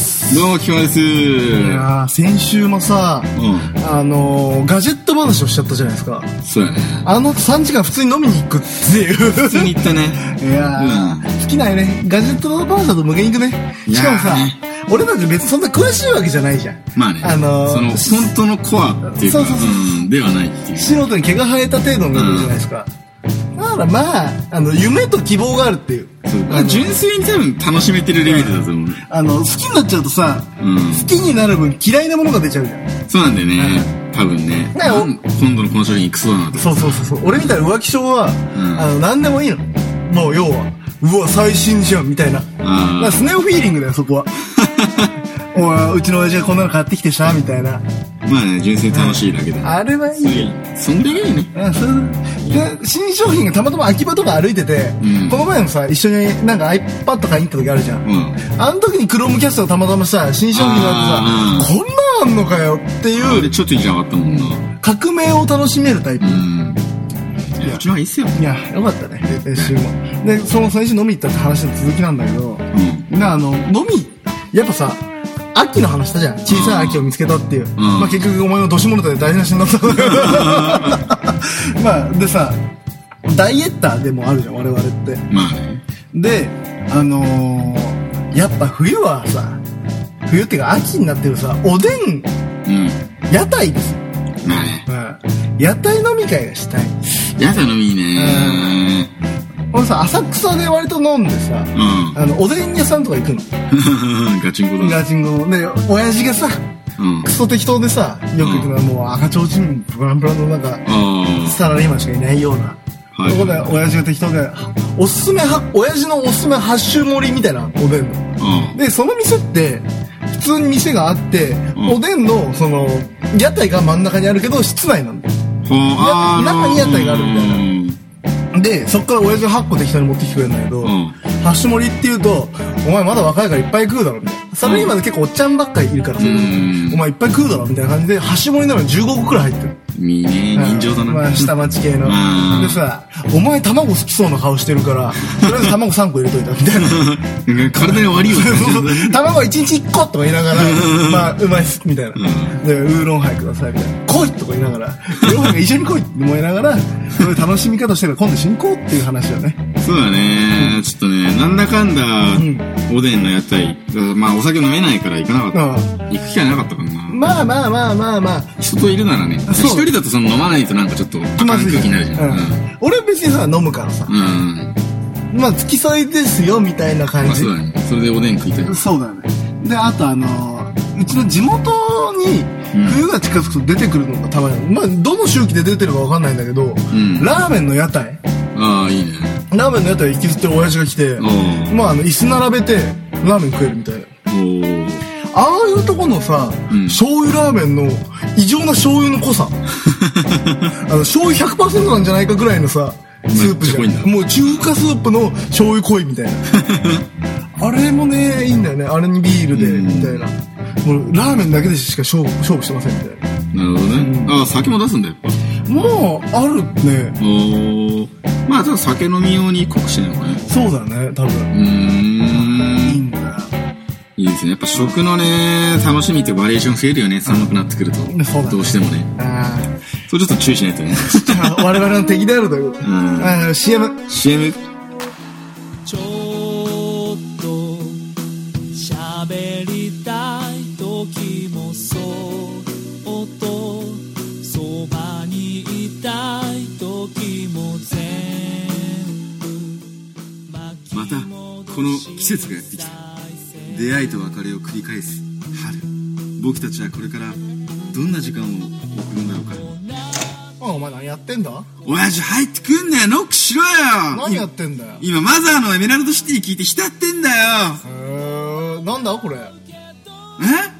菊間でいす。やー先週のさ、うあのーガジェット話をしちゃったじゃないですか。ん。そうやね。あの3時間普通に飲みに行くって普通いう。に行ったね。いやー、好きなんよね。ガジェットの話だと無限に行くね。いやしーかもさね、俺たち別にそんな詳しいわけじゃないじゃん。まあね。あのーその、本当のコアっていうか、、そうそうそうんではないっていう。素人に毛が生えた程度のレベルじゃないですか。だからまあ、あの、夢と希望があるっていう。あの純粋に多分楽しめてるレベルだと思う。あの、好きになっちゃうとさ、うん好きになる分嫌いなものが出ちゃうじゃん。そうなんだよね。多分ね。だよなん今度のこの商品クソだなと。そうそうそうそう俺みたいな浮気症は、んあの何でもいいのもう要はうわ最新じゃんみたいなだからスネ夫フィーリングだよそこ はおいうちの親父がこんなの買ってきてさみたいなまあね、純粋に楽しいだけで。あれはいそいれそんぐらいがいいね。うんそれで新商品がたまたま秋葉とか歩いてて、うんこの前もさ一緒になんか iPad 買いに行った時あるじゃん、うん。あの時にクロームキャストがたまたまさ新商品があってさこんなんあんのかよってあいうれちょっといいじゃなかったもんな。革命を楽しめるタイプ、うん。いや、うちのはいいっすよ。いや、よかったね、先週も。で、その先週飲み行ったって話の続きなんだけど、うん。な、あの、飲み、やっぱさ、秋の話したじゃん。小さい秋を見つけたっていう。まあ結局お前の年物で大事な死にな ったんだけど。まあ、でさ、ダイエッターでもあるじゃん、我々って。まあね。で、あのーやっぱ冬はさ、冬っていうか秋になってるさ、おでん、うん。屋台ですよ。まあね。うん。屋台飲み会がしたい。やだのいいね。俺さ、浅草で割と飲んでさ、うん。あの、おでん屋さんとか行くの。 ガチンコだ。ガチンコの。で、親父がさ、うん。クソ適当でさ、よく行くのはもう赤ちょうちん、ブランブランのなんか、あサラリーマンしかいないような。あ。はい。そこで親父が適当で、おすすめは、親父のおすすめ八州盛りみたいなおでんの。うで、その店って、普通に店があって、うんおでんの、その、屋台が真ん中にあるけど、室内なんだよ。ん。ほう、ああ。中に屋台があるみたいなうん。で、そっから親父が8個適当に持ってきてくれるんだけど、うんハッシュ盛りって言うと、お前まだ若いからいっぱい食うだろ、みたいな。サラリーマンで結構おっちゃんばっかりいるから、そういううんお前いっぱい食うだろ、みたいな感じで、ハッシュ盛りなのに15個くらい入ってる。いいね。人情だな。まあ、下町系のうん。でさ、お前卵好きそうな顔してるから、とりあえず卵3個入れといた、み たいな。うん 体に 悪いよね。卵1日1個とか言いながら、まあ、うまいっす、みたいな。で、ウーロンハイください、みたいな。来いとか言いながら、ウーロンハイが一緒に来いって思いながら、そういう楽しみ方してるから今度進行っていう話だね。そうだね。ちょっとね、なんだかんだ、おでんの屋台。まあ、お酒飲めないから行かなかった。行く機会なかったからな。まあまあまあまあまあ、人といるならね。そう一人だとその飲まないとなんかちょっと、気ま明るずいい空気になるじうゃん。うんん、俺は別にさ飲むからさうん。まあ付き添いですよみたいな感まあ、じ、そうだね。それでおでん食いたい。うん。そうだねであとあのーうちの地元にうん冬が近づくと出てくるのがたまに、まあどの周期で出てるかわかんないんだけど、んラーメンの屋台ああ、いいね。ラーメンの屋台引きずってる親父が来て、んまああの椅子並べてラーメン食えるみたいなおー。ああいうとこのさ、うん醤油ラーメンの異常な醤油の濃 さ。あの醤油100%なんじゃないかぐらいのさ、スープじゃめっちゃ濃いん。んだもう中華スープの醤油濃いみ たいな。あれもね、いいんだよね。あれにビールで、うんみたいな。もうラーメンだけでしか勝負勝負してませんみたいな。なるほどね。ああ、酒も出すんだ、やっぱ。もう、あるね。おおまあじゃあ酒飲み用に濃くしてるのかねそうだね、多分。うーいいんんだよ。いいですねやっぱ食のね楽しみってバリエーション増えるよね寒くなってくるとんそうだねどうしてもねあーそれちょっと注意しないとね じゃあ我々の敵であるということで。うんあー CM。 CM ちょっと喋りたい時もそっとそばにいたい時も全部またこの季節がやってきた出会いと別れを繰り返す春僕たちはこれからどんな時間を送るんだろうかあお前何やってんだ親父入ってくんなよノックしろよ何やってんだよ。今マザーのエメラルドシティ聞いて浸ってんだよへーなんだこれえ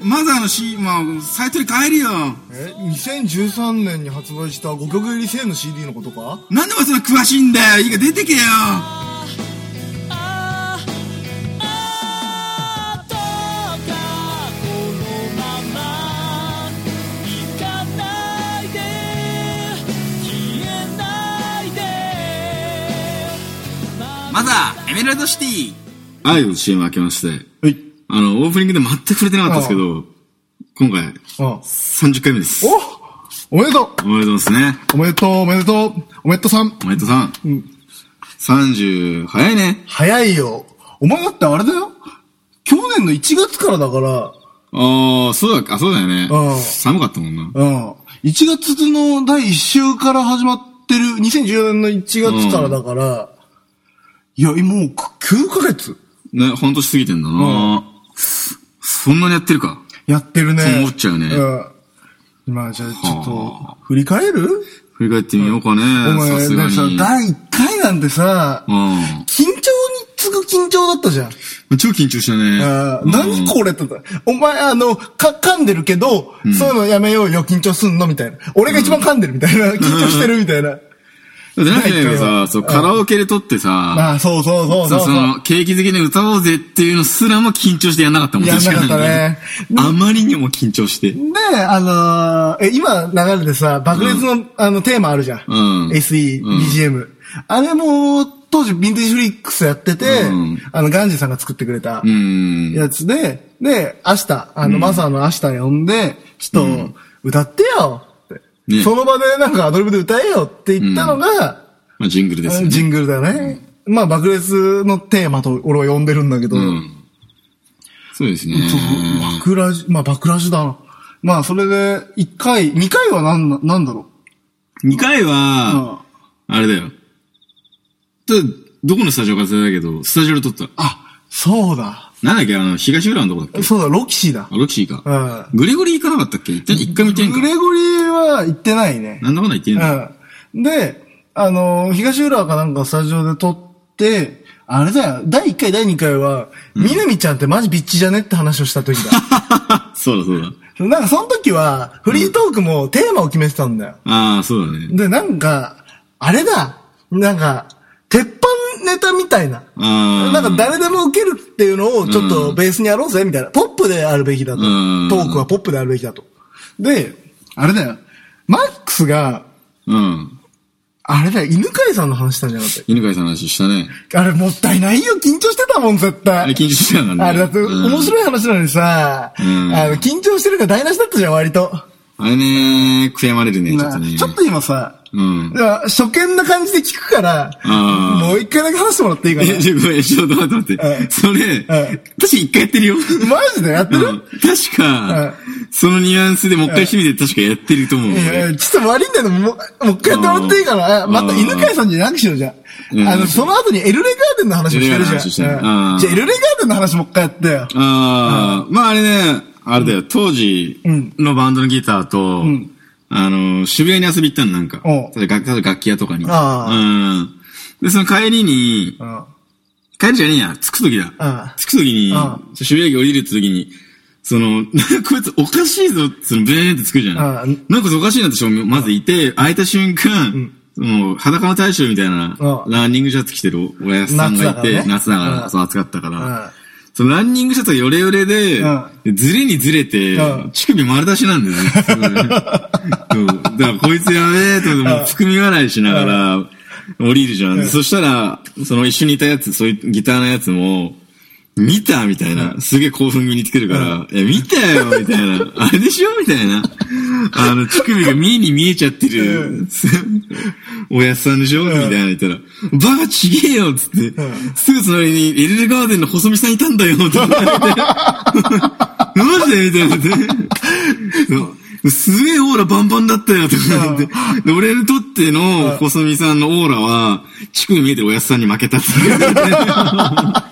マザーのシーン、まあ、サイトに変えるよ。え2013年に発売した5曲入り1000の CD のことかなんでお前そんな詳しいんだよ。いいから出てけよ。ああどうかこのまま行かないで消えないでマザー、エメラルドシティ。はい、CM 明けまして。はいあの、オープニングで全く触れてなかったですけど、今う回、ん。お30回目です。おめでとうおめでとうですね。おめでとうおめでとうおめでとうさんおめでとうさん。うん。 30、早いね。早いよ。お前だってあれだよ去年の1月からだから、ああ、そうだ、あ、そうだよねうん。寒かったもんな。うん。1月の第1週から始まってる、2014年の1月からだから、いや、もう9ヶ月ね、半年過ぎてんだな、そんなにやってるか。やってるね。そう思っちゃうねうん。今、じゃあちょっはと、振り返る振り返ってみようかね。おさ前、すだからがに。さう、第1回なんてさ、ん。緊張に次ぐ緊張だったじゃん。超緊張したね。あうんー何これって言ったお前、あの、か、噛んでるけど、そういうのやめようよ、緊張すんのみたいな。俺が一番噛んでるみたいな。緊張してるみたいな。だってなんか第一回さ、はそう、カラオケで撮ってさ、ああ、そうそうそうそそううそ。そうの、景気づけに歌おうぜっていうのすらも緊張してやんなかったもんやんなかったね確かにあまりにも緊張して。で、あのーえ、今流れてさ、爆裂の、あの、テーマあるじゃん。うん SE、うん BGM。あれも、当時、ヴィンテージフリックスやってて、うんあの、ガンジーさんが作ってくれたう、ん。やつで、で、明日、あの、マサの明日呼んで、ちょっと、歌ってよって、ねその場でなんかアドリブで歌えよって言ったのが、まあ、ジングルですよね。ジングルだよね。まあ、爆裂のテーマと俺は呼んでるんだけど、うん。そうですね。爆ラジ、まあ、爆ラジだな。まあ、それで、1回、2回はなんな、なんだろ2回う。は、ああれだよ。ただどこのスタジオか忘れたけど、スタジオで撮った。あ、そうだ。なんだっけ、あの、東浦のとこだっけそうだ、ロキシーだあ、。ロキシーか。うグレゴリー行かなかったっけ一回一回見てんかグ。レゴリーは行ってないね。なんだかんだ言ってんだ。うん。で、あのー東浦和かなんかスタジオで撮って、あれだよ、第1回、第2回は、みなみちゃんってマジビッチじゃねって話をした時 だ。そうだそうだ。なんかその時は、フリートークもテーマを決めてたんだよ。ああ、そうだね。で、なんか、あれだ、なんか、鉄板ネタみたいな。ああ。なんか誰でも受けるっていうのをちょっとうんベースにやろうぜみたいな。ポップであるべきだと。トんークはポップであるべきだと。で、あれだよ。マックスが、うん。あれだよ、犬飼さんの話したんじゃなかったっ犬飼さんの話したね。けあれもったいないよ、緊張してたもん、絶あれ対。緊張してたんだね。あれだって、面い。白い話なのにさ、うんあの、緊張してるから台無しだったじゃん、割と。あれね、悔やまれるね、ちょっとね。ちょっと今さ、うん。いや初見な感じで聞くから、あーもう一回だけ話してもらっていいかえ、な。ちょ、ごめん、ちょっと待って待っうんて。それ、確か一回やってるよ。マジでやってる、うん確か、そのニュアンスでもう一回してみて、確かやってると思う。いやいやちょっと悪いんだけど、もう、もう一回やってもらっていいかな。あうんまた犬飼さんじゃなくしようじゃ。うんんあの、その後にエルレガーデンの話をしてるじゃん。エルレガーデンの話してるうんうんじゃあエルレガーデンの話もう一回やってよ。ああ、まああれね、あれだよ、当時うんのバンドのギターと、んあの、渋谷に遊び行ったの、なんか。おうただ楽ただ楽器屋とかに。ああうん。で、その帰りにう、ん。帰りじゃねえや、着く時だ。ああ着く時にああ、渋谷駅降りるって時に、その、 こいつおかしいぞ、その、ブーンって着くじゃああん。なんかおかしいなって人もまずいて、開いた瞬間、もう、裸の大将みたいなあ、あランニングシャツ着てるおやすさんがいて、夏夏だかだらねああから、そう暑かったから。うんそのランニングシャツがヨレヨレで、うんでずれにずれて、うん乳首丸出しなんだよね。そ れねそうだからこいつやべえと思って、もう含み笑いしながら降りるじゃん。でそしたら、その一緒にいたやつ、そういうギターのやつも、見たみたいな。すげえ興奮気に来てるから、え、見たよみたいな。あれでしょみたいな。あの、乳首が見えに見えちゃってる、おやっさんでしょみたいな言ったら、バカちげえよっつって、すぐ隣にエルレガーデンの細見さんいたんだよって言われてマジでみたいなそう。すげえオーラバンバンだったよとか言って。で俺にとっての細見さんのオーラは、乳首見えてるおやっさんに負けたって言われて。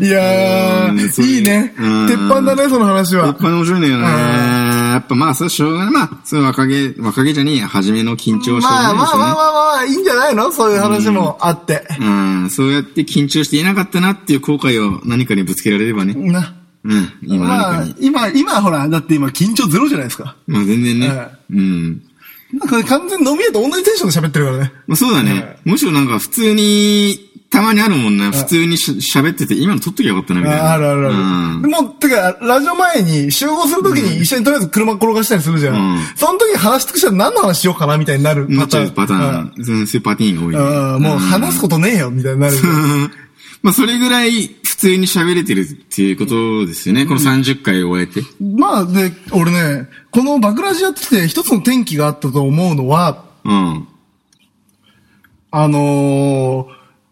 いやうんそー、れいいねうん。鉄板だね、その話やはっ。ぱり面白いんだよね。やっぱまあ、それはしょうがない。まあ、それは若気、若気じゃねえや、初めの緊張はしょうまがあまあまあないですよね。まあまあ、いいんじゃないのそういう話もあって。うん、そうやって緊張していなかったなっていう後悔を何かにぶつけられればね。な。うん、今何まかあに。、今、今ほら、だって今緊張ゼロじゃないですか。まあ全然ね。うん。なんか完全に飲み屋と同じテンションで喋ってるからね。まあそうだね。むしろなんか普通に、たまにあるもんね。普通にし喋ってて、今の撮っときゃよかったなみたいな。ああるあるある。うんでもう、てか、ラジオ前に集合するときに一緒にとりあえず車転がしたりするじゃん。うんその時に話し尽くしたら何の話しようかなみたいになるなっちゃうパパタターン。ーン。そういうパターンが多いね。う んうんもう話すことねえよ、みたいになる。うんまあ、それぐらい普通に喋れてるっていうことですよね。この30回終えて。まあ、で、俺ね、このバクラジやってて一つの転機があったと思うのは、うん。 あの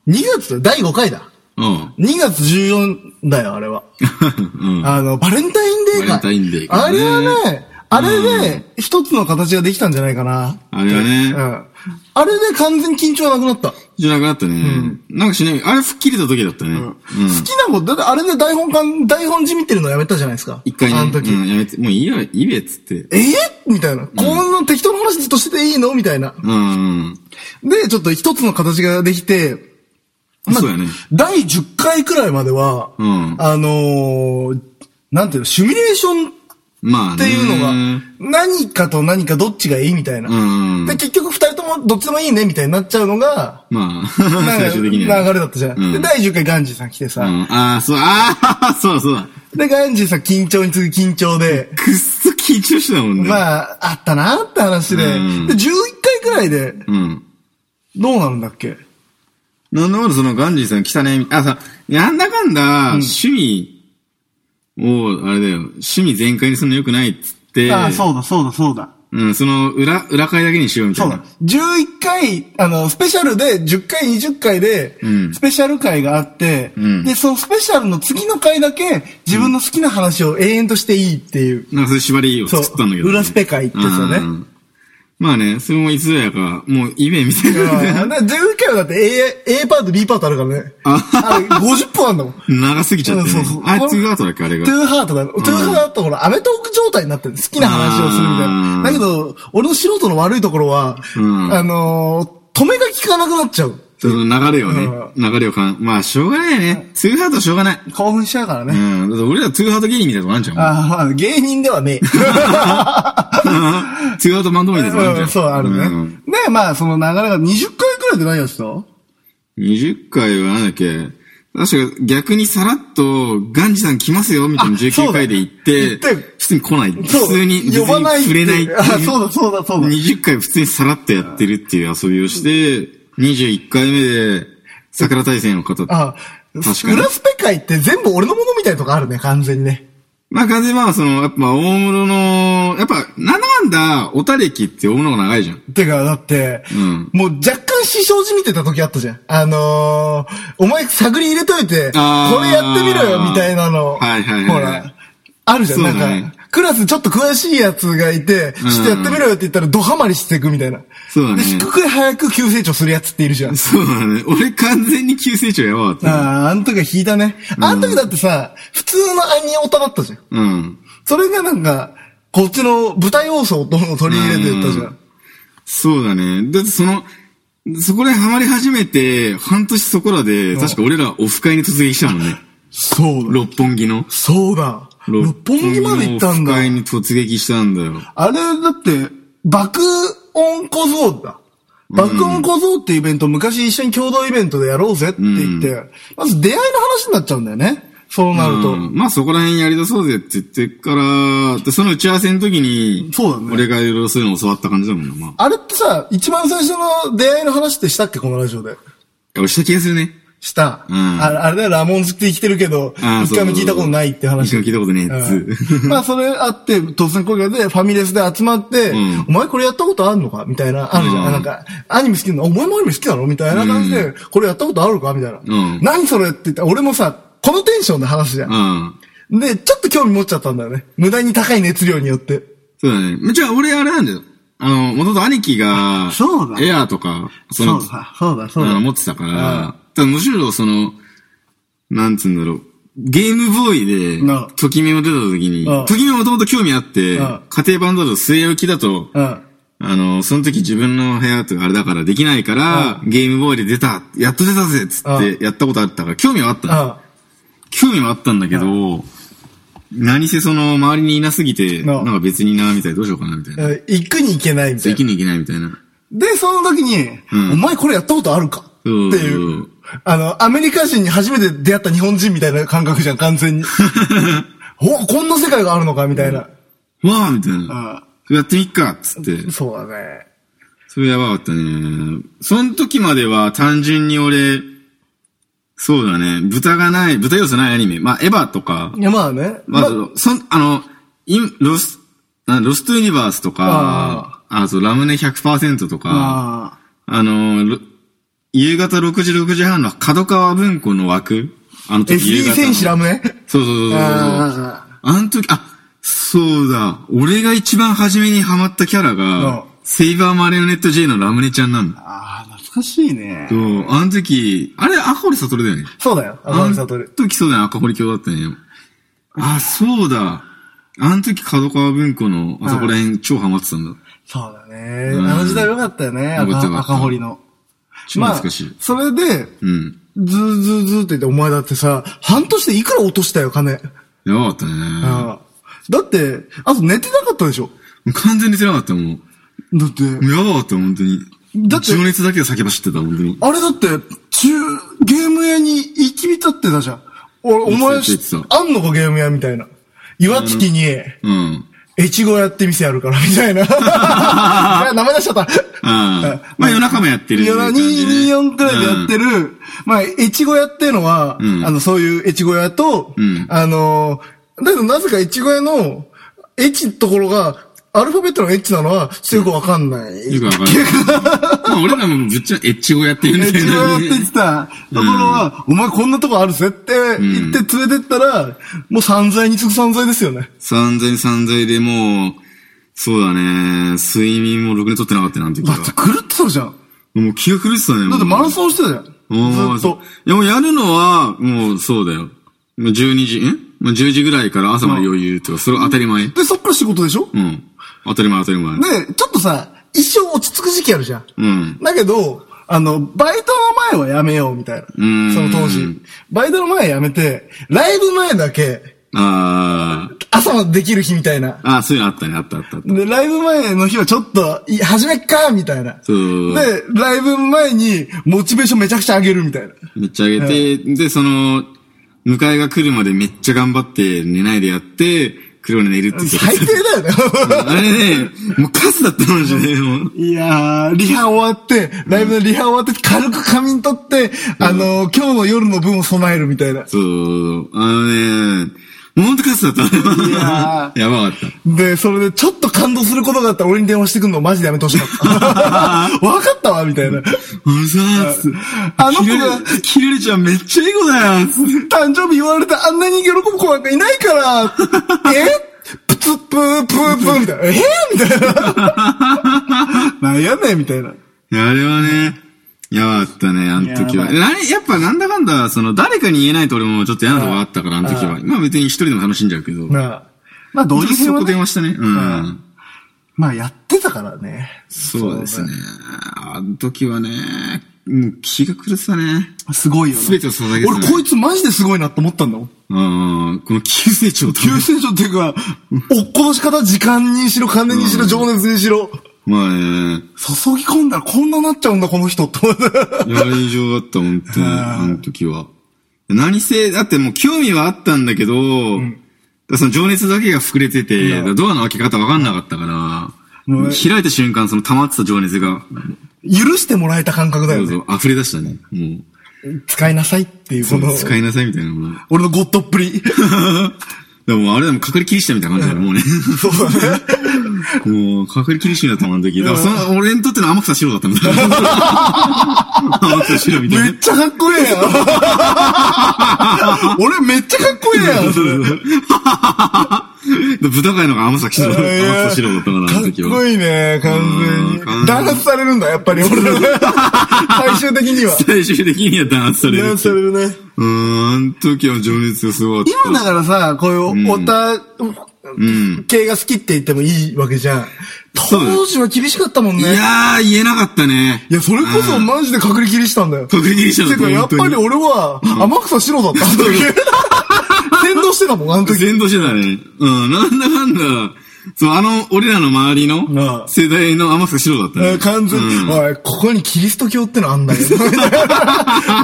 ー、2月、第5回だ。うん。 2月14だよ、あれは。あの、バレンタインデーか。バレンタインデーかあれはねね、あれで、一つの形ができたんじゃないかな。あれはねうん。あれで完全に緊張がなくなった。じゃなくなったね。なんかしない。あれ吹っ切れた時だったね。うん。好きなこと、だってあれで台本かん、台本じみてるのやめたじゃないですか。一回ね、あの時。うん、やめて、もういいよ、いいべっつって。えーみたいな。こんな適当な話ずっとしてていいのみたいな。うんうん。で、ちょっと一つの形ができて、そうやね。第10回くらいまでは、うんあのー、なんていうの、シミュレーションまあね。っていうのが、何かと何かどっちがいいみたいな。うんで、結局二人ともどっちでもいいねみたいになっちゃうのが、まあ、なん最か終流的にれはね。だったじゃん。うんで、第10回ガンジーさん来てさ、うん、ああ、そう、ああ、 そうだそうだ。で、ガンジーさん緊張に次ぐ緊張で、くっそ緊張してたもんね。まあ、あったなって話で、うんで、11回くらいで、うん。どうなんだっけなんだかんだそのガンジーさん来たね、あ、さ、なんだかんだ、趣味を、あれだよ、趣味全開にするの良くないっつって、うだ、そうだ、そうだ。うん、その裏、裏会だけにしようみたそいうだな。。 11回、あの、スペシャルで、10回、20回でう、んスペシャル回があって、うんで、そのスペシャルの次の回だけ、自分の好きな話を永遠としていいっていう。なんかそういう縛りをそ作ったんだう、けど、裏スペ会ってやつだね。ううんんまあね、それもいつだやか、もうイベみたいな。だから11回はだって A, A パート、B パートあるからね。あれ50分あんだもん。 長すぎちゃって、そねうそう。あれ、ツーアウトだっけ、あれトが。ゥーハートだ。トゥーハートほら、アメトーク状態になってる。好きな話をするみたいうな。んだけど、俺の素人の悪いところは、うんあのー、止めが効かなくなっちゃう。その流れをね、う流れをかん、まあ、しょうがないよね。ツーハートしょうがない。興奮しちゃうからね。うん。だって俺らツーハート芸人みたいなとこあんじゃん。ああ、まあ、芸人では ねツーハートバンドマンえ。みたいなとこあんうじゃん ん。そう、あるうんね。ねまあ、その流れが20回くらいでないやつだ20回はなんだっけ確か逆にさらっと、ガンジさん来ますよみたいなあそう19だ回で言って、言って普通に来ない。そう普通に、呼ばないって別に触れないってあい うそうだ、そうだ、そうだ。 20回普通にさらっとやってるっていう遊びをして、21回目で、桜大戦を語って。あ確かに裏スペ会って全部俺のものみたいなとこあるね、完全にね。まあ、完全にまあ、その、やっぱ、大室の、やっぱ、なんだかんだ、おたれきって大物が長いじゃん。 てか、だって、うんもう若干師匠じみてた時あったじゃん。あのー、お前探り入れといて、こあーれやってみろよ、みたいなの。はいはいはいほら。あるじゃん、そうだねなんか、クラスちょっと詳しいやつがいて、ちんょっとやってみろよって言ったらドハマりしていくみたいな。そうだねで、低く早く急成長するやつっているじゃん。そうだね。俺完全に急成長やばかった。ああ、あの時は引いたね。あの時だってさ、普通のアニオタだったじゃん。うん。それがなんか、こっちの舞台要素をどんどん取り入れてったじゃうんん。そうだね。だってその、そこでハマり始めて、半年そこらで、確か俺らオフ会に突撃したもんね。そうだ。六本木の。そうだ。六本木まで行ったん六本木のオフだ。会に突撃したんだよ。あれ、だって、爆音小僧だ。爆音小僧っていうイベント、昔一緒に共同イベントでやろうぜって言って、まず出会いの話になっちゃうんだよね。そうなると。うんまあそこら辺やりだそうぜって言ってから、でその打ち合わせの時に、そうだね俺がいろいろそういうの教わった感じだもんな、まあ。あれってさ、一番最初の出会いの話ってしたっけこのラジオで。いや俺した気がするね。した。うんあれあれだよ、ラモン好きで生きてるけど、あー一回も聞いたことないって話。そうそうそう一回も聞いたことねえっつうんまあ、それあって、突然声が出て、ファミレスで集まって、んお前これやったことあるのかみたいな、あるじゃん。うんなんか、アニメ好きなのお前もアニメ好きなのみたいな感じで、これやったことあるかみたいな。ん何それって言ったら、俺もさ、このテンションで話すじゃ。うんん。で、ちょっと興味持っちゃったんだよね。無駄に高い熱量によって。そうだね。じゃあ俺あれなんだよ。あの、元々兄貴が、そうだエアーとか、その、だ、そうだ、そうん持ってたから、ただむしろその、なんつうんだろう。ゲームボーイうんで、ときめも出た時にうん、ときめもともと興味あって、うん家庭版だと据え置きだと、うん。あの、その時自分の部屋とかあれだからできないから、ゲームボーイで出た、やっと出たぜっつって、やったことあったから、興味はあったうのん。興味はあったんだけど、何せその周りにいなすぎて、んなんか別にな、みたいな、どうしようかな、みたいな。うん行くに行けないみたい生な。きにいけないみたいな。で、その時に、うんお前これやったことあるかってうんいう、あの、アメリカ人に初めて出会った日本人みたいな感覚じゃん、完 全に。おこんな世界があるのかみたいな。わあみたいな。それやってみっかっつって。そうだね。それやばかったね。その時までは単純に俺、そうだね。豚がない、豚要素ないアニメ。まあ、エヴァとか、いや、まあね。ままず、そん、あの、イン、ロス、なロストユニバースとか、あとラムネ100%とか、ああの、ろ夕方6時6時半の角川文庫の枠あのー、時夕 SE 方戦士のラムね。そうそうそうそうそう。ああの時、あ、そうだ。俺が一番初めにハマったキャラうんが、セイバーマリオネット J のラムネちゃんなんだ。あー、懐かしいねそ。う、あの時、あれ、赤堀悟だよね。そうだよ、赤あ堀の悟。時そうだね、赤堀教だったね。あ、そうだ。あの時、角川文庫の、あそこら辺超ハマってたんだ。そうだね。んあの時代よかったよね、よかったよ赤かった赤堀の。超懐かしい。まあ、それで、うん。ずーずーずーって言って、お前だってさ、半年でいくら落としたよ、金。やばかったね。ああだって、あと寝てなかったでしょ完全に寝てなかったもん。もだって、うやばかった、本当に。だって情熱だけが先走ってた、本当に。あれだって、中、ゲーム屋に行き浸ってたじゃん。俺、お前行ってた行って、あんのかゲーム屋みたいな。岩月に、うん。越後やって店やるから、み たいな。いや名前出しちゃった。ああ。まあ夜中もやってる。いや、224くらいでやってる。る、まあ、越後屋っていうのは、うんあの、そういう越後屋と、うんあのー、だけどなぜか越後屋の、越のところが、アルファベットの越なのは、ちょっとよくわかんない。よくわかる。まあ俺らもぶっちゃけエッチ語やってるんだ越よね。後屋って言ってたところは、お前こんなとこあるぜって言って連れてったら、もう散財に次ぐ散財ですよね。散々散々でもう、そうだね。睡眠もろくに取ってなかったよあの時だはっ。て狂ってたじゃん。もう気が狂ってたね。だってマランソンしてたじゃん。ずっと。いやもうやるのは、もうそうだよ。もう12時、んもう10時ぐらいから朝まで余裕っていうか、それは当たり前。で、そっから仕事でしょうん。当たり前当たり前。で、ちょっとさ、一生落ち着く時期あるじゃん。うん。だけど、あの、バイトの前はやめようみたいな。そのん当時。バイトの前やめて、ライブ前だけ、あ朝までできる日みたいなあ。。ああ、そういうのあったね、あったあったあった。で、ライブ前の日はちょっと、い始めっかみたいな。そうで、ライブ前に、モチベーションめちゃくちゃ上げるみたいな。めっちゃ上げて、で、その、迎えが来るまでめっちゃ頑張って寝ないでやって、黒で寝るって言って最低だよね。あれね、もうカスだったマジで。もういやー、リハ終わって、ライブのリハ終わって、軽く仮眠取って、あのー、今日の夜の分を備えるみたいな。そう、あのね、もうほんとカスだった。いややばかった。で、それでちょっと感動することがあったら俺に電話してくんのマジでやめてほしかった。わかったわみたいな。あのさーつってあの子がキルルキルルちゃんめっちゃいい子だよつって誕生日言われてあんなに喜ぶ子なんかいないから。えプツプープープーみたいな。えみたいな。なんやねんみたいな。いやあれはね、やばかったね、あの時は。やばいなやっぱなんだかんだ、その、誰かに言えないと俺もちょっと嫌なとこあったから、あの時は。今別に一人でも楽しんじゃうけど。まあ、まあ、どういうそこ電ね、話したね。うん。まあ、やってたからね。そうですね。あの時はね、もう気が狂ってたね。すごいよね。全てを捧げてたね俺、こいつマジですごいなって思ったんだもん。うん。この急成長と。急成長っていうか、落っこの仕方、時間にしろ、金にしろ、情熱にしろ。まあね、注ぎ込んだらこんななっちゃうんだ、この人って。いやあれ以上だった、本当に、あの時は。何せ、だってもう興味はあったんだけど、だからその情熱だけが膨れてて、だからドアの開け方わかんなかったから、もうね開いた瞬間、その溜まってた情熱が、許してもらえた感覚だどようね。ぞ溢れ出したね。も使いなさいっていう、このう、、使いなさいみたいなもの。俺のゴッドっぷり。でもあれでも隔離キリシタンみたいな感じだよ、もうね。そうだね。もう、隔離キリシタンだったもん、あの時。だからその、俺にとっての天草四 郎だったんだ。天草四郎みたいな。 めっちゃかっこええ やん。俺めっちゃかっこええやん、それ。か豚飼いのが天崎白、天崎白だったから、あの時っこは。いいね、完うん全完全に。に弾圧されるんだ、やっぱ り俺。最終的には。最終的には弾圧され弾る圧。されるね。うーん、あの時は情熱がすごかった。今だからさ、こういうオタうん。系が好きって言ってもいいわけじゃん。そうだよ当時は厳しかったもんいね。やー、言えなかったね。いや、それこそマジで隔離切りしたんだよ。隔離キリシタンだてったか、やっぱり俺は、天草四郎だった。あの時。先導してたもん、あの時。全動してたね。うん、なんだかんだ、そう、あの、俺らの周りああの世代の天草四郎だったえーね。完全に、うんおい、ここにキリスト教ってのあんだ よ。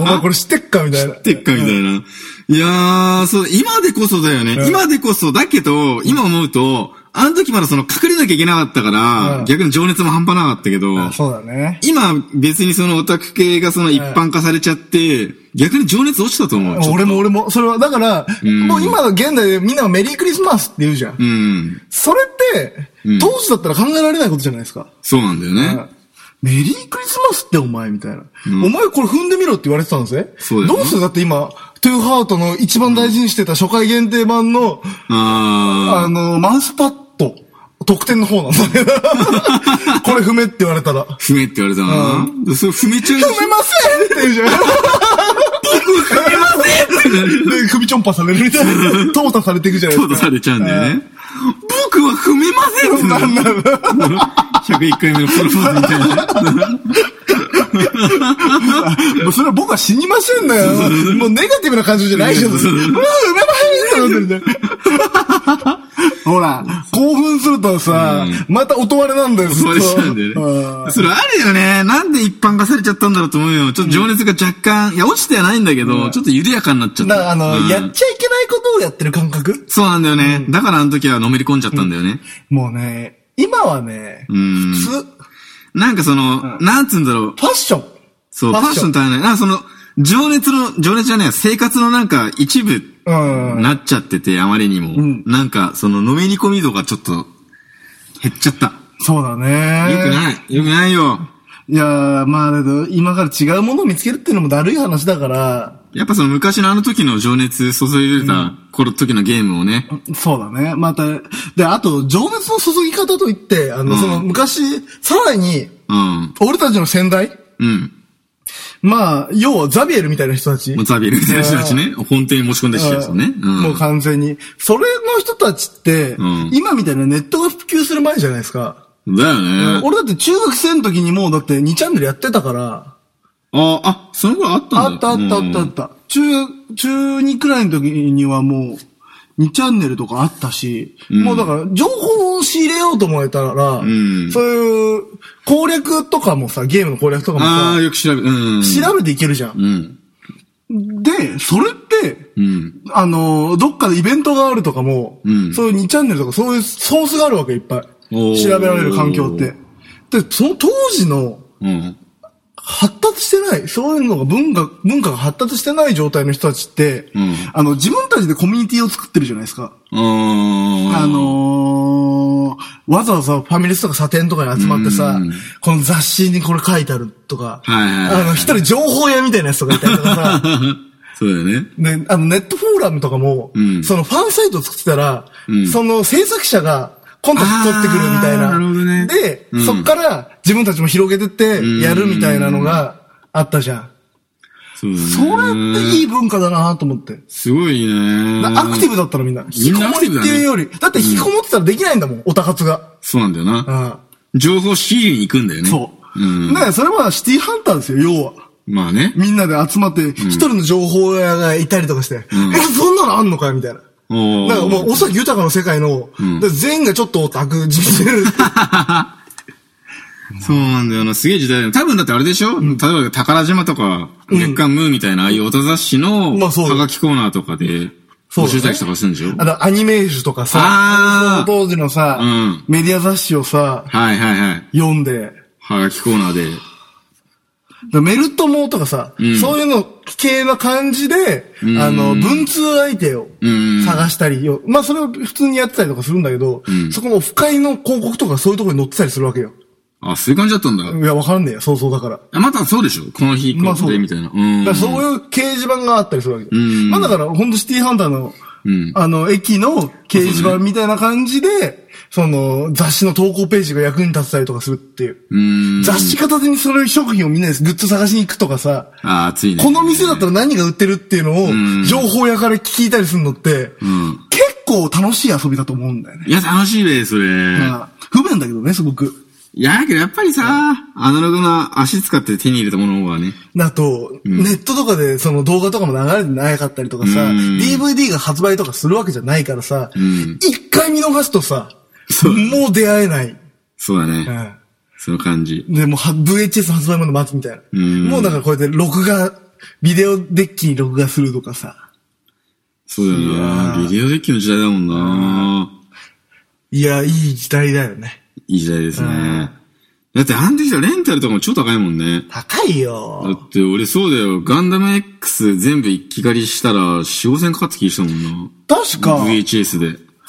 お前これ知ってっかみたいな。てっかみたいな。いやー、そう、今でこそだよね。今でこそ、だけど、今思うと、あの時まだその隠れなきゃいけなかったから、うん逆に情熱も半端なかったけど、あそうだね。今別にそのオタク系がその一般化されちゃって、逆に情熱落ちたと思う。ちょっと俺も俺も、それは、だから、もう今の現代でみんながメリークリスマスって言うじゃん。うん。それって、当時だったら考えられないことじゃないですか。そうなんだよね。メリークリスマスってお前みたいな。お前これ踏んでみろって言われてたんですね。そうだどよねうするだって今、トゥーハートの一番大事にしてた初回限定版の、ああの、マウスパッド、特典の方なんだ けど。これ踏めって言われたら。あ、踏めって言われたな。でそれ踏めちゃう踏めませんって言う じゃん。で、首ちょんぱされるみたいな。淘汰されていくじゃないそでうとすか。されちゃうんだよね。僕は踏めませんってななんだろう。 101回目のプロポーズみたいな。もうそれは僕は死にませんだよ。もうネガティブな感情じゃないでしょ。うん、うまいってなってるじゃん。ほら、興奮するとさ、また音割れなんだよ、ずっとそうでしたんだようね。んそれあるよね。なんで一般化されちゃったんだろうと思うよ。ちょっと情熱が若干、いや、落ちてはないんだけど、ちょっと緩やかになっちゃっだから、た。あの、うんやっちゃいけないことをやってる感覚そうなんだよね。だからあの時はのめり込んじゃったんだよね。もうね、今はね、ん普通、フなんかその、なんつうんだろう。ァッション。そう、フファッァッシショョンン足りない。なんかその、情熱の、情熱じゃない、生活のなんか一部、うんなっちゃってて、あまりにも。んなんか、その、のめり込み度がちょっと、減っちゃった。そうだね。よくない。よくないよ。いやー、まあ、だけど今から違うものを見つけるっていうのもだるい話だから、やっぱその昔のあの時の情熱注いでた頃時のゲームをね。そうだね。また、で、あと、情熱の注ぎ方といって、あの、その、昔、さらに、うん。俺たちの先代うん。まあ、要はザビエルみたいな人たち。モザビエルみたいな人たちね。本当に持ち込んだ人たちよね。う。もうん完全に。それの人たちって、ん今みたいなネットが普及する前じゃないですか。だよね。俺だって中学生の時にもうだって2チャンネルやってたから、あ、あ、その頃あったんだあったあったあったあった。中、中2くらいの時にはもう、2チャンネルとかあったし、もうだから、情報を仕入れようと思えたら、んそういう攻略とかもさ、ゲームの攻略とかもああさ、ー、よく調べ、うん。調べていけるじゃん。うん。で、それって、うん。あの、どっかでイベントがあるとかも、うんそういう2チャンネルとかそういうソースがあるわけいっぱい。おー調べられる環境って。で、その当時のうん。発達してない、そういうのが文化、文化が発達してない状態の人たちって、うんあの、自分たちでコミュニティを作ってるじゃないですか。ああ、のー、わざわざファミレスとかサテンとかに集まってさうん、この雑誌にこれ書いてあるとか、はいはいはいあの、一人情報屋みたいなやつとかいたりとか さ、そうだよね。ね、あの、ネットフォーラムとかも、うんそのファンサイト作ってたら、うんその制作者がコンタクト取ってくるみたいな。あーなるほどねで、うんそっから自分たちも広げてって、やるみたいなのがあったじゃん。そうだね。それっていい文化だなと思って。すごいね。だアクティブだったらみんな。引きみんこなアもクティりブっだてねいうより。だって引きこもってたらできないんだもん、オタ活が。そうなんだような。ん。情報仕入れに行くんだよね。そう。うん。だからそれはシティハンターですよ、要は。まあね。みんなで集まって、一人の情報屋がいたりとかして、え、そんなのあんのかよみたいな。おーだからもう、おそらく豊かの世界の、んだから全員がちょっとオタク、自分で。 そうなんだよな。すげえ時代だよ。多分だってあれでしょ、例えば宝島とか、月刊ムーみたいな、ああいうおた雑誌の、まあそうだはがきコーナーとかで、そうだね募集したりとかするんでしょ、あの、アニメージュとかさ、あーその当時のさ、うんメディア雑誌をさ、はいはいはい。読んで、だかはがきコーナーで。らメルトモとかさ、んそういうの系な感じで、あの、文通相手をうん探したりよ、まあそれを普通にやってたりとかするんだけど、そこのオフ会の広告とかそういうところに載ってたりするわけよ。あ、そういう感じだったんだ。いや、わかんねえよ、想像だから。あまたそうでしょこの日、まあこそうだこで、みたいな。うん。だからそういう掲示板があったりするわけ。んまあだから、ほんとシティハンターの、んあの、駅の掲示板みたいな感じで、その、雑誌の投稿ページが役に立てたりとかするっていう。うん。雑誌片手にそれ食品をみんなでグッズ探しに行くとかさ、ああ、ついね。この店だったら何が売ってるっていうのを、情報屋から聞いたりするのって、ん結構楽しい遊びだと思うんだよね。いや、楽しいべ、それ。まあ不便だけどね、すごく。いや、だけどやっぱりさ、アナログな足使って手に入れたものの方がね。だと、ネットとかでその動画とかも流れてなかったりとかさ、うん DVD が発売とかするわけじゃないからさ、ん一回見逃すとさ、そうもう出会えない。そうだね。うその感じ。ん、で、もうは VHS 発売まで待つみたいな。んもうだからこうやって録画、ビデオデッキに録画するとかさ、そうだよな。ビデオデッキの時代だもんな。いや、いい時代だよね。いい時代ですうねん。だってあの時さ、レンタルとかも超高いもんね。高いだよ。って俺そうだよ。ガンダム X 全部一気借りしたら4、5千かかってきしたもん確な。か、い VHS で。くらくら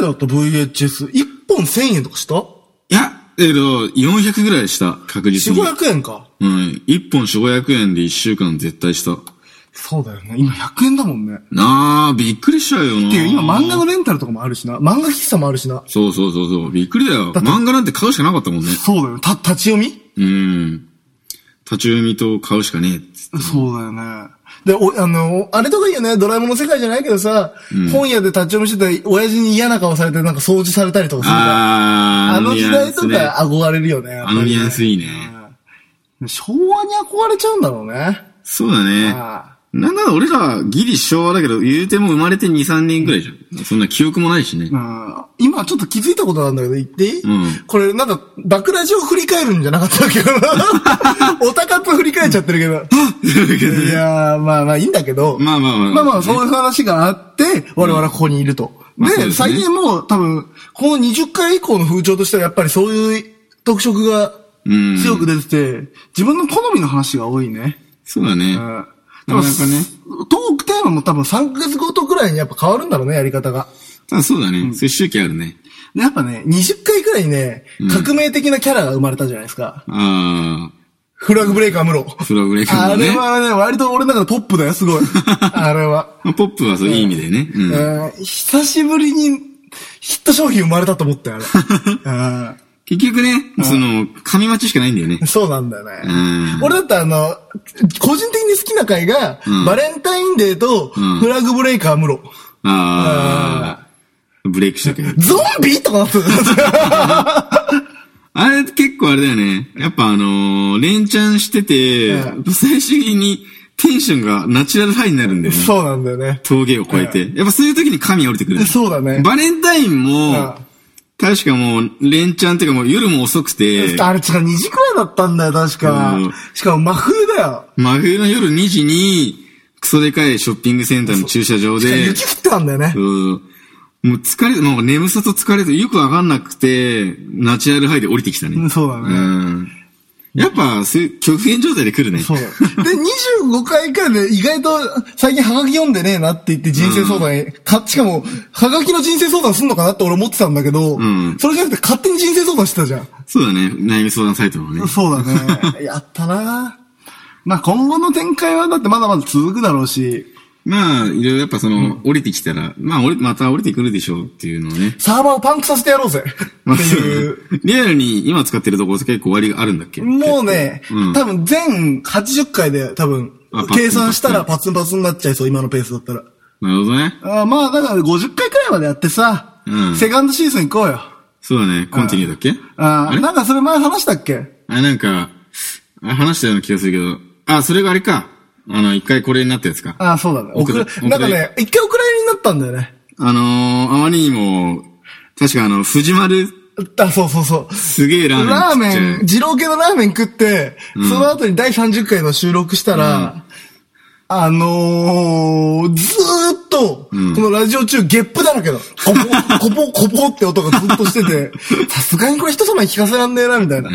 いだった ?VHS。1本1000円とかしたいや、えけど、400ぐらいした、確実 ?4、に。 500円か。うん。1本4、500円で1週間絶対した。そうだよね。今100円だもんね。なあ、びっくりしちゃうよな。っていう、今漫画のレンタルとかもあるしな。漫画喫茶もあるしな。そうそうそうそう。びっくりだよ。だって漫画なんて買うしかなかったもんね。そうだよね。た、立ち読みうん。立ち読みと買うしかねえっつってそうだよね。で、お、あの、あれとかいいよね。ドラえもんの世界じゃないけどさ、本屋で立ち読みしてて、親父に嫌な顔されて、なんか掃除されたりとかするじゃんあー、あの時代とニュアンスねか憧れるよね。やっぱありのねニュアンスいいね。昭和に憧れちゃうんだろうね。そうだね。あなんなら俺らギリ昭和だけど、言うても生まれて2、3年ぐらいじゃん。そんな記憶もないしねう。ん今ちょっと気づいたことなんだけど言っていい、うんこれなんか、爆ラジを振り返るんじゃなかったっけどな。 お高く振り返っちゃってるけど。いやー、まあまあいいんだけど。まあまあまあまあまあ、そういう話があって、我々はここにいると。まあそうで、ですね最近もう多分、この20回以降の風潮としてはやっぱりそういう特色がうん強く出てて、自分の好みの話が多いね。そうだね。でもなかなかね。トークテーマも多分3ヶ月ごとくらいにやっぱ変わるんだろうね、やり方が。あそうだね。そういう周期あるね。で、やっぱね、20回くらいね、革命的なキャラが生まれたじゃないですか。あフラグブレイカームロ。あ、フラグレイカあーもれね。はね、割と俺の中でトップだよ、すごい。あれは。まあポップはそういう意味でね。うん。うん久しぶりにヒット商品生まれたと思ったよ、あ れ結局ね、その、紙待ちしかないんだよねうん。そうなんだよねうん。俺だってあの、個人的に好きな回が、んバレンタインデーとんフラグブレイカームロ。ああ、ブレイクしたけど。ゾンビとかなってた。あれ結構あれだよね。やっぱあのー、連チャンしてて、う最終的にテンションがナチュラルハイになるんだよね。そうなんだよね。峠を越えて。やっぱそういう時に神降りてくる。そうだね。バレンタインうんも、確かもう、連チャンっていうかもう夜も遅くて、あれ、違う、2時くらいだったんだよ、確かうん。しかも真冬だよ。真冬の夜2時に、クソでかいショッピングセンターの駐車場しかもで、雪降ってたんだよね。うんもう疲れ、もう眠さと疲れとよくわかんなくて、ナチュラルハイで降りてきたね。うんそうだねんやっぱ、そういう極限状態で来るね。そう。で、25回からね、意外と最近ハガキ読んでねえなって言って人生相談へ、か、しかも、ハガキの人生相談すんのかなって俺思ってたんだけど、んそれじゃなくて勝手に人生相談してたじゃん。そうだね。悩み相談サイトのね。そうだね。 やったなまあ今後の展開はだってまだまだ続くだろうし、まあ、いろいろやっぱその、降りてきたら、まあ、降りまた降りてくるでしょうっていうのをね。サーバーをパンクさせてやろうぜまあっていう。リアルに今使ってるところって結構割があるんだっけもうね、うん多分全80回で多分あパツン、計算したらパツンパツンになっちゃいそう、今のペースだったら。なるほどね。あーまあだから50回くらいまでやってさ、うんセカンドシーズン行こうよ。そうだね。コンティニューだっけああーれなんかそれ前話したっけあ、なんか、あ話したような気がするけど。あ、それがあれか。あの、一回これになったやつか。あーそうだね。遅れ遅れなんかね、一回お蔵入りになったんだよね。あのー、あまりにも、確かあの、藤丸、あ、そうそうそう。すげえララーーメン食っちゃう。メン、二郎系のラーメン食って、その後に第30回の収録したら、あのー、ずーっと、このラジオ中ゲップだらけだ。コポ、コポ、コポって音がずっとしてて、 さすがにこれ人様に聞かせらんねえな、みたいな。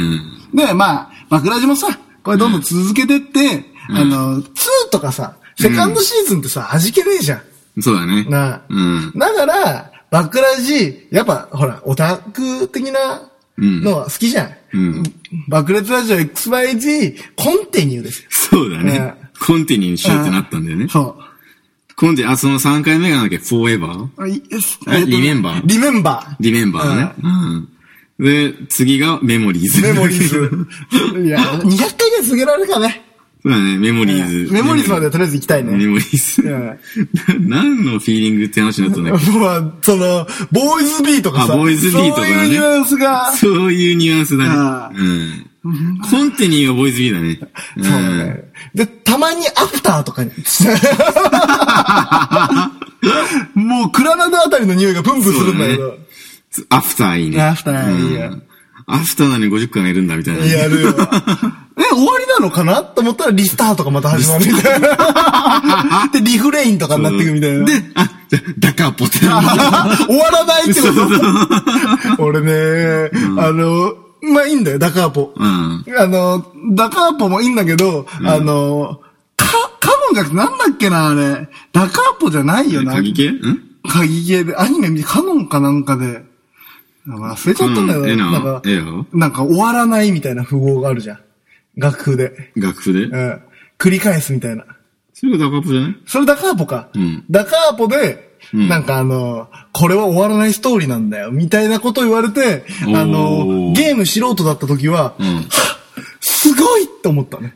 で、まあ、枕島さ、これどんどん続けてって、あの、2とかさ、セカンドシーズンってさ、弾けねえじゃん。そうだね。なあ。うん。だから、バクラジ、やっぱ、ほら、オタク的なのは好きじゃん。うんバクレツラジオ XYG、コンティニューですよ。そうだねね。コンティニューしようってなったんだよね。そコンティニュー、あ、その3回目がなんだっけ、フォーエバーう。リえリメンバーリメンバリメンバーだね。うん。で、次がメモリーズ。ー。メモリー ズ。いや、200回ぐらい続けられるかね。そうだね、メモリーズ。メモリーズまではとりあえず行きたいね。メモリーズ。うん な何のフィーリングって話になったんだっけまあ、その、ボーイズビーとかさ。あボーイズビーとかそうねいうニュアンスが。そそういうニュアンスだあね。うん。コンティニューはボーイズビー だね。うだね。で、たまにアフターと かに。もう、クラナダあたりの匂いがプンプンするんだけそうど。うんアフターいいね。アフターいいようんアフターなのに50巻がいるんだみたいな。や るよ。え、終わりなのかなと 思ったらリスタートがまた始まるみたいな。で、リフレインとかになっていくみたいな。で、あ、だから ポテン。終わらない ってこと俺ね、あの、まあいいんだよ、ダカーポ。うん。あの、ダカーポもいいんだけど、あの、か、カモンがなんだっけな、あれ。ダカーポじゃないよな。鍵系ん鍵ゲーで、アニメ見て、カノンかなんかで、なんか忘れちゃったんだよな。うんええななんかええよ、なんか終わらないみたいな符号があるじゃん。楽譜で。楽譜でうん。繰り返すみたいな。それがダカポじゃないそれダカーポか。うんダカーポで、んなんかあの、これは終わらないストーリーなんだよ、みたいなこと言われて、おーあの、ゲーム素人だった時は、うんはっすごいって思った ね。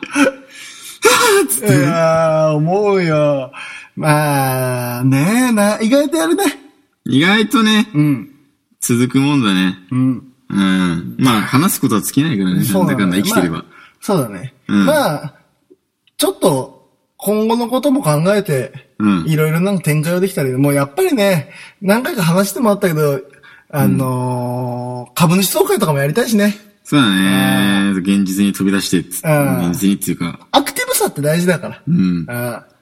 いやー、思うよ。まあ、ねえな、意外とやるね。意外とね、うん。続くもんだね。うん。うん。まあ、話すことは尽きないからね。なんだかんだ生きてれまあば。そうだね。うんまあ、ちょっと、今後のことも考えて、うんいろいろなんか展開をできたり、もうやっぱりね、何回か話してもらったけど、あのー株主総会とかもやりたいしね。そうだね。現実に飛び出してっつ、うん現実にっていうか。アクティブさって大事だから。うん。あー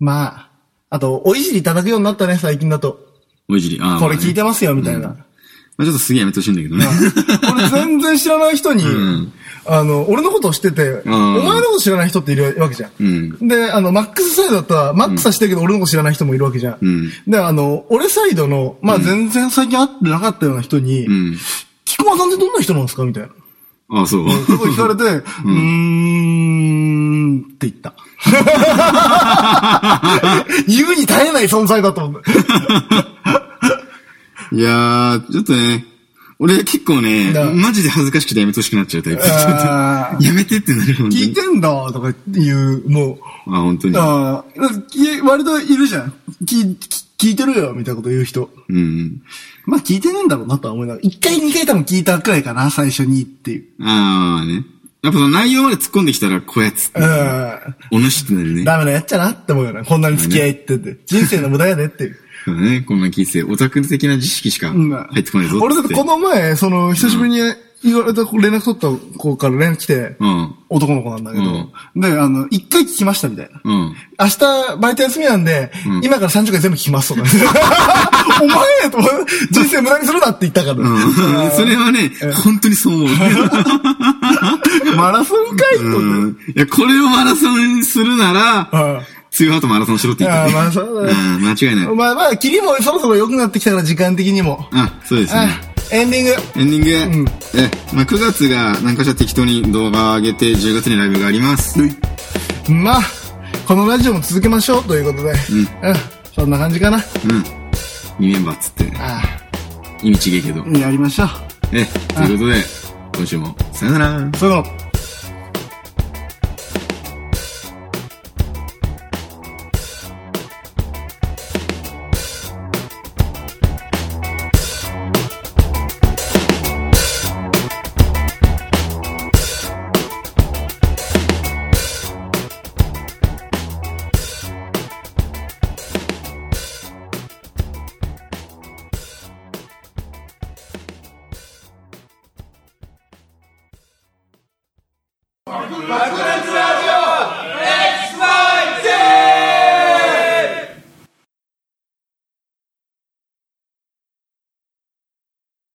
まあ、あと、おいじりいただくようになったね、最近だと。おいじり。ああ。これ聞いた。てますよ、みたいな。まあちょっとすげえやめてほしいんだけどね。俺全然知らない人に、んあの、俺のことを知ってて、おん前のこと知らない人っているわけじゃん。うんで、あの、マックスサイドだったら、マックスは知ってるけど、俺のこと知らない人もいるわけじゃん。うんで、あの、俺サイドの、まあ、全然最近会ってなかったような人に、うん。菊間さんってどんな人なんですかみたいな。ああ、 そう。こと聞かれて、 うーん、って言った。 言うに耐えない存在だと 思う。いやー、ちょっとね、俺結構ねだ、マジで恥ずかしくてやめてほしくなっちゃうタイプ。あー やめてってなる本当聞いに。てんだ、とか言う、もう、あ、本当に。ああ、い割といるじゃん。聞、聞聞いてるよ、みたいなこと言う人。うん。まあ聞いてねえんだろうなとは思いながら。一回二回多分聞いたくらいかな、最初にっていう。ああ、ね。やっぱその内容まで突っ込んできたら、こやつう。ん。お主ってなるね。ダメなやっちゃなって思うよな。こんなに付き合いってて。人生の無駄やでっていう。そうだね。こんな聞いてて、オタク的な知識しかうん入ってこないぞっつって。俺だってこの前、その、久しぶりに言われた、連絡取った子から連絡来て、うん。男の子なんだけど、で、あの、一回聞きましたみたいな。うん。明日、バイト休みなんで、今から30回全部聞きますとか。 お前と思う、人生無駄にするなって言ったから。うん それはね、本当にそう思う。 マラソンかいと思って。うんいや、これをマラソンするなら、あ強いハートマラソンしろって言ってあ、ねまあそうだね。うん間違いない。まあまあ、霧もそろそろ良くなってきたから、時間的にも。あ、そうですあね。エンディング。エンディング、んえ、まあ、9月が何かしら適当に動画上げて、10月にライブがあります。まあ、このラジオも続けましょうということで。うん。そんな感じかな。うん。2メンバーっつって、あ意味ちげえけど。あ、やりましょう。え、ということで、今週も、さよなら。その、 「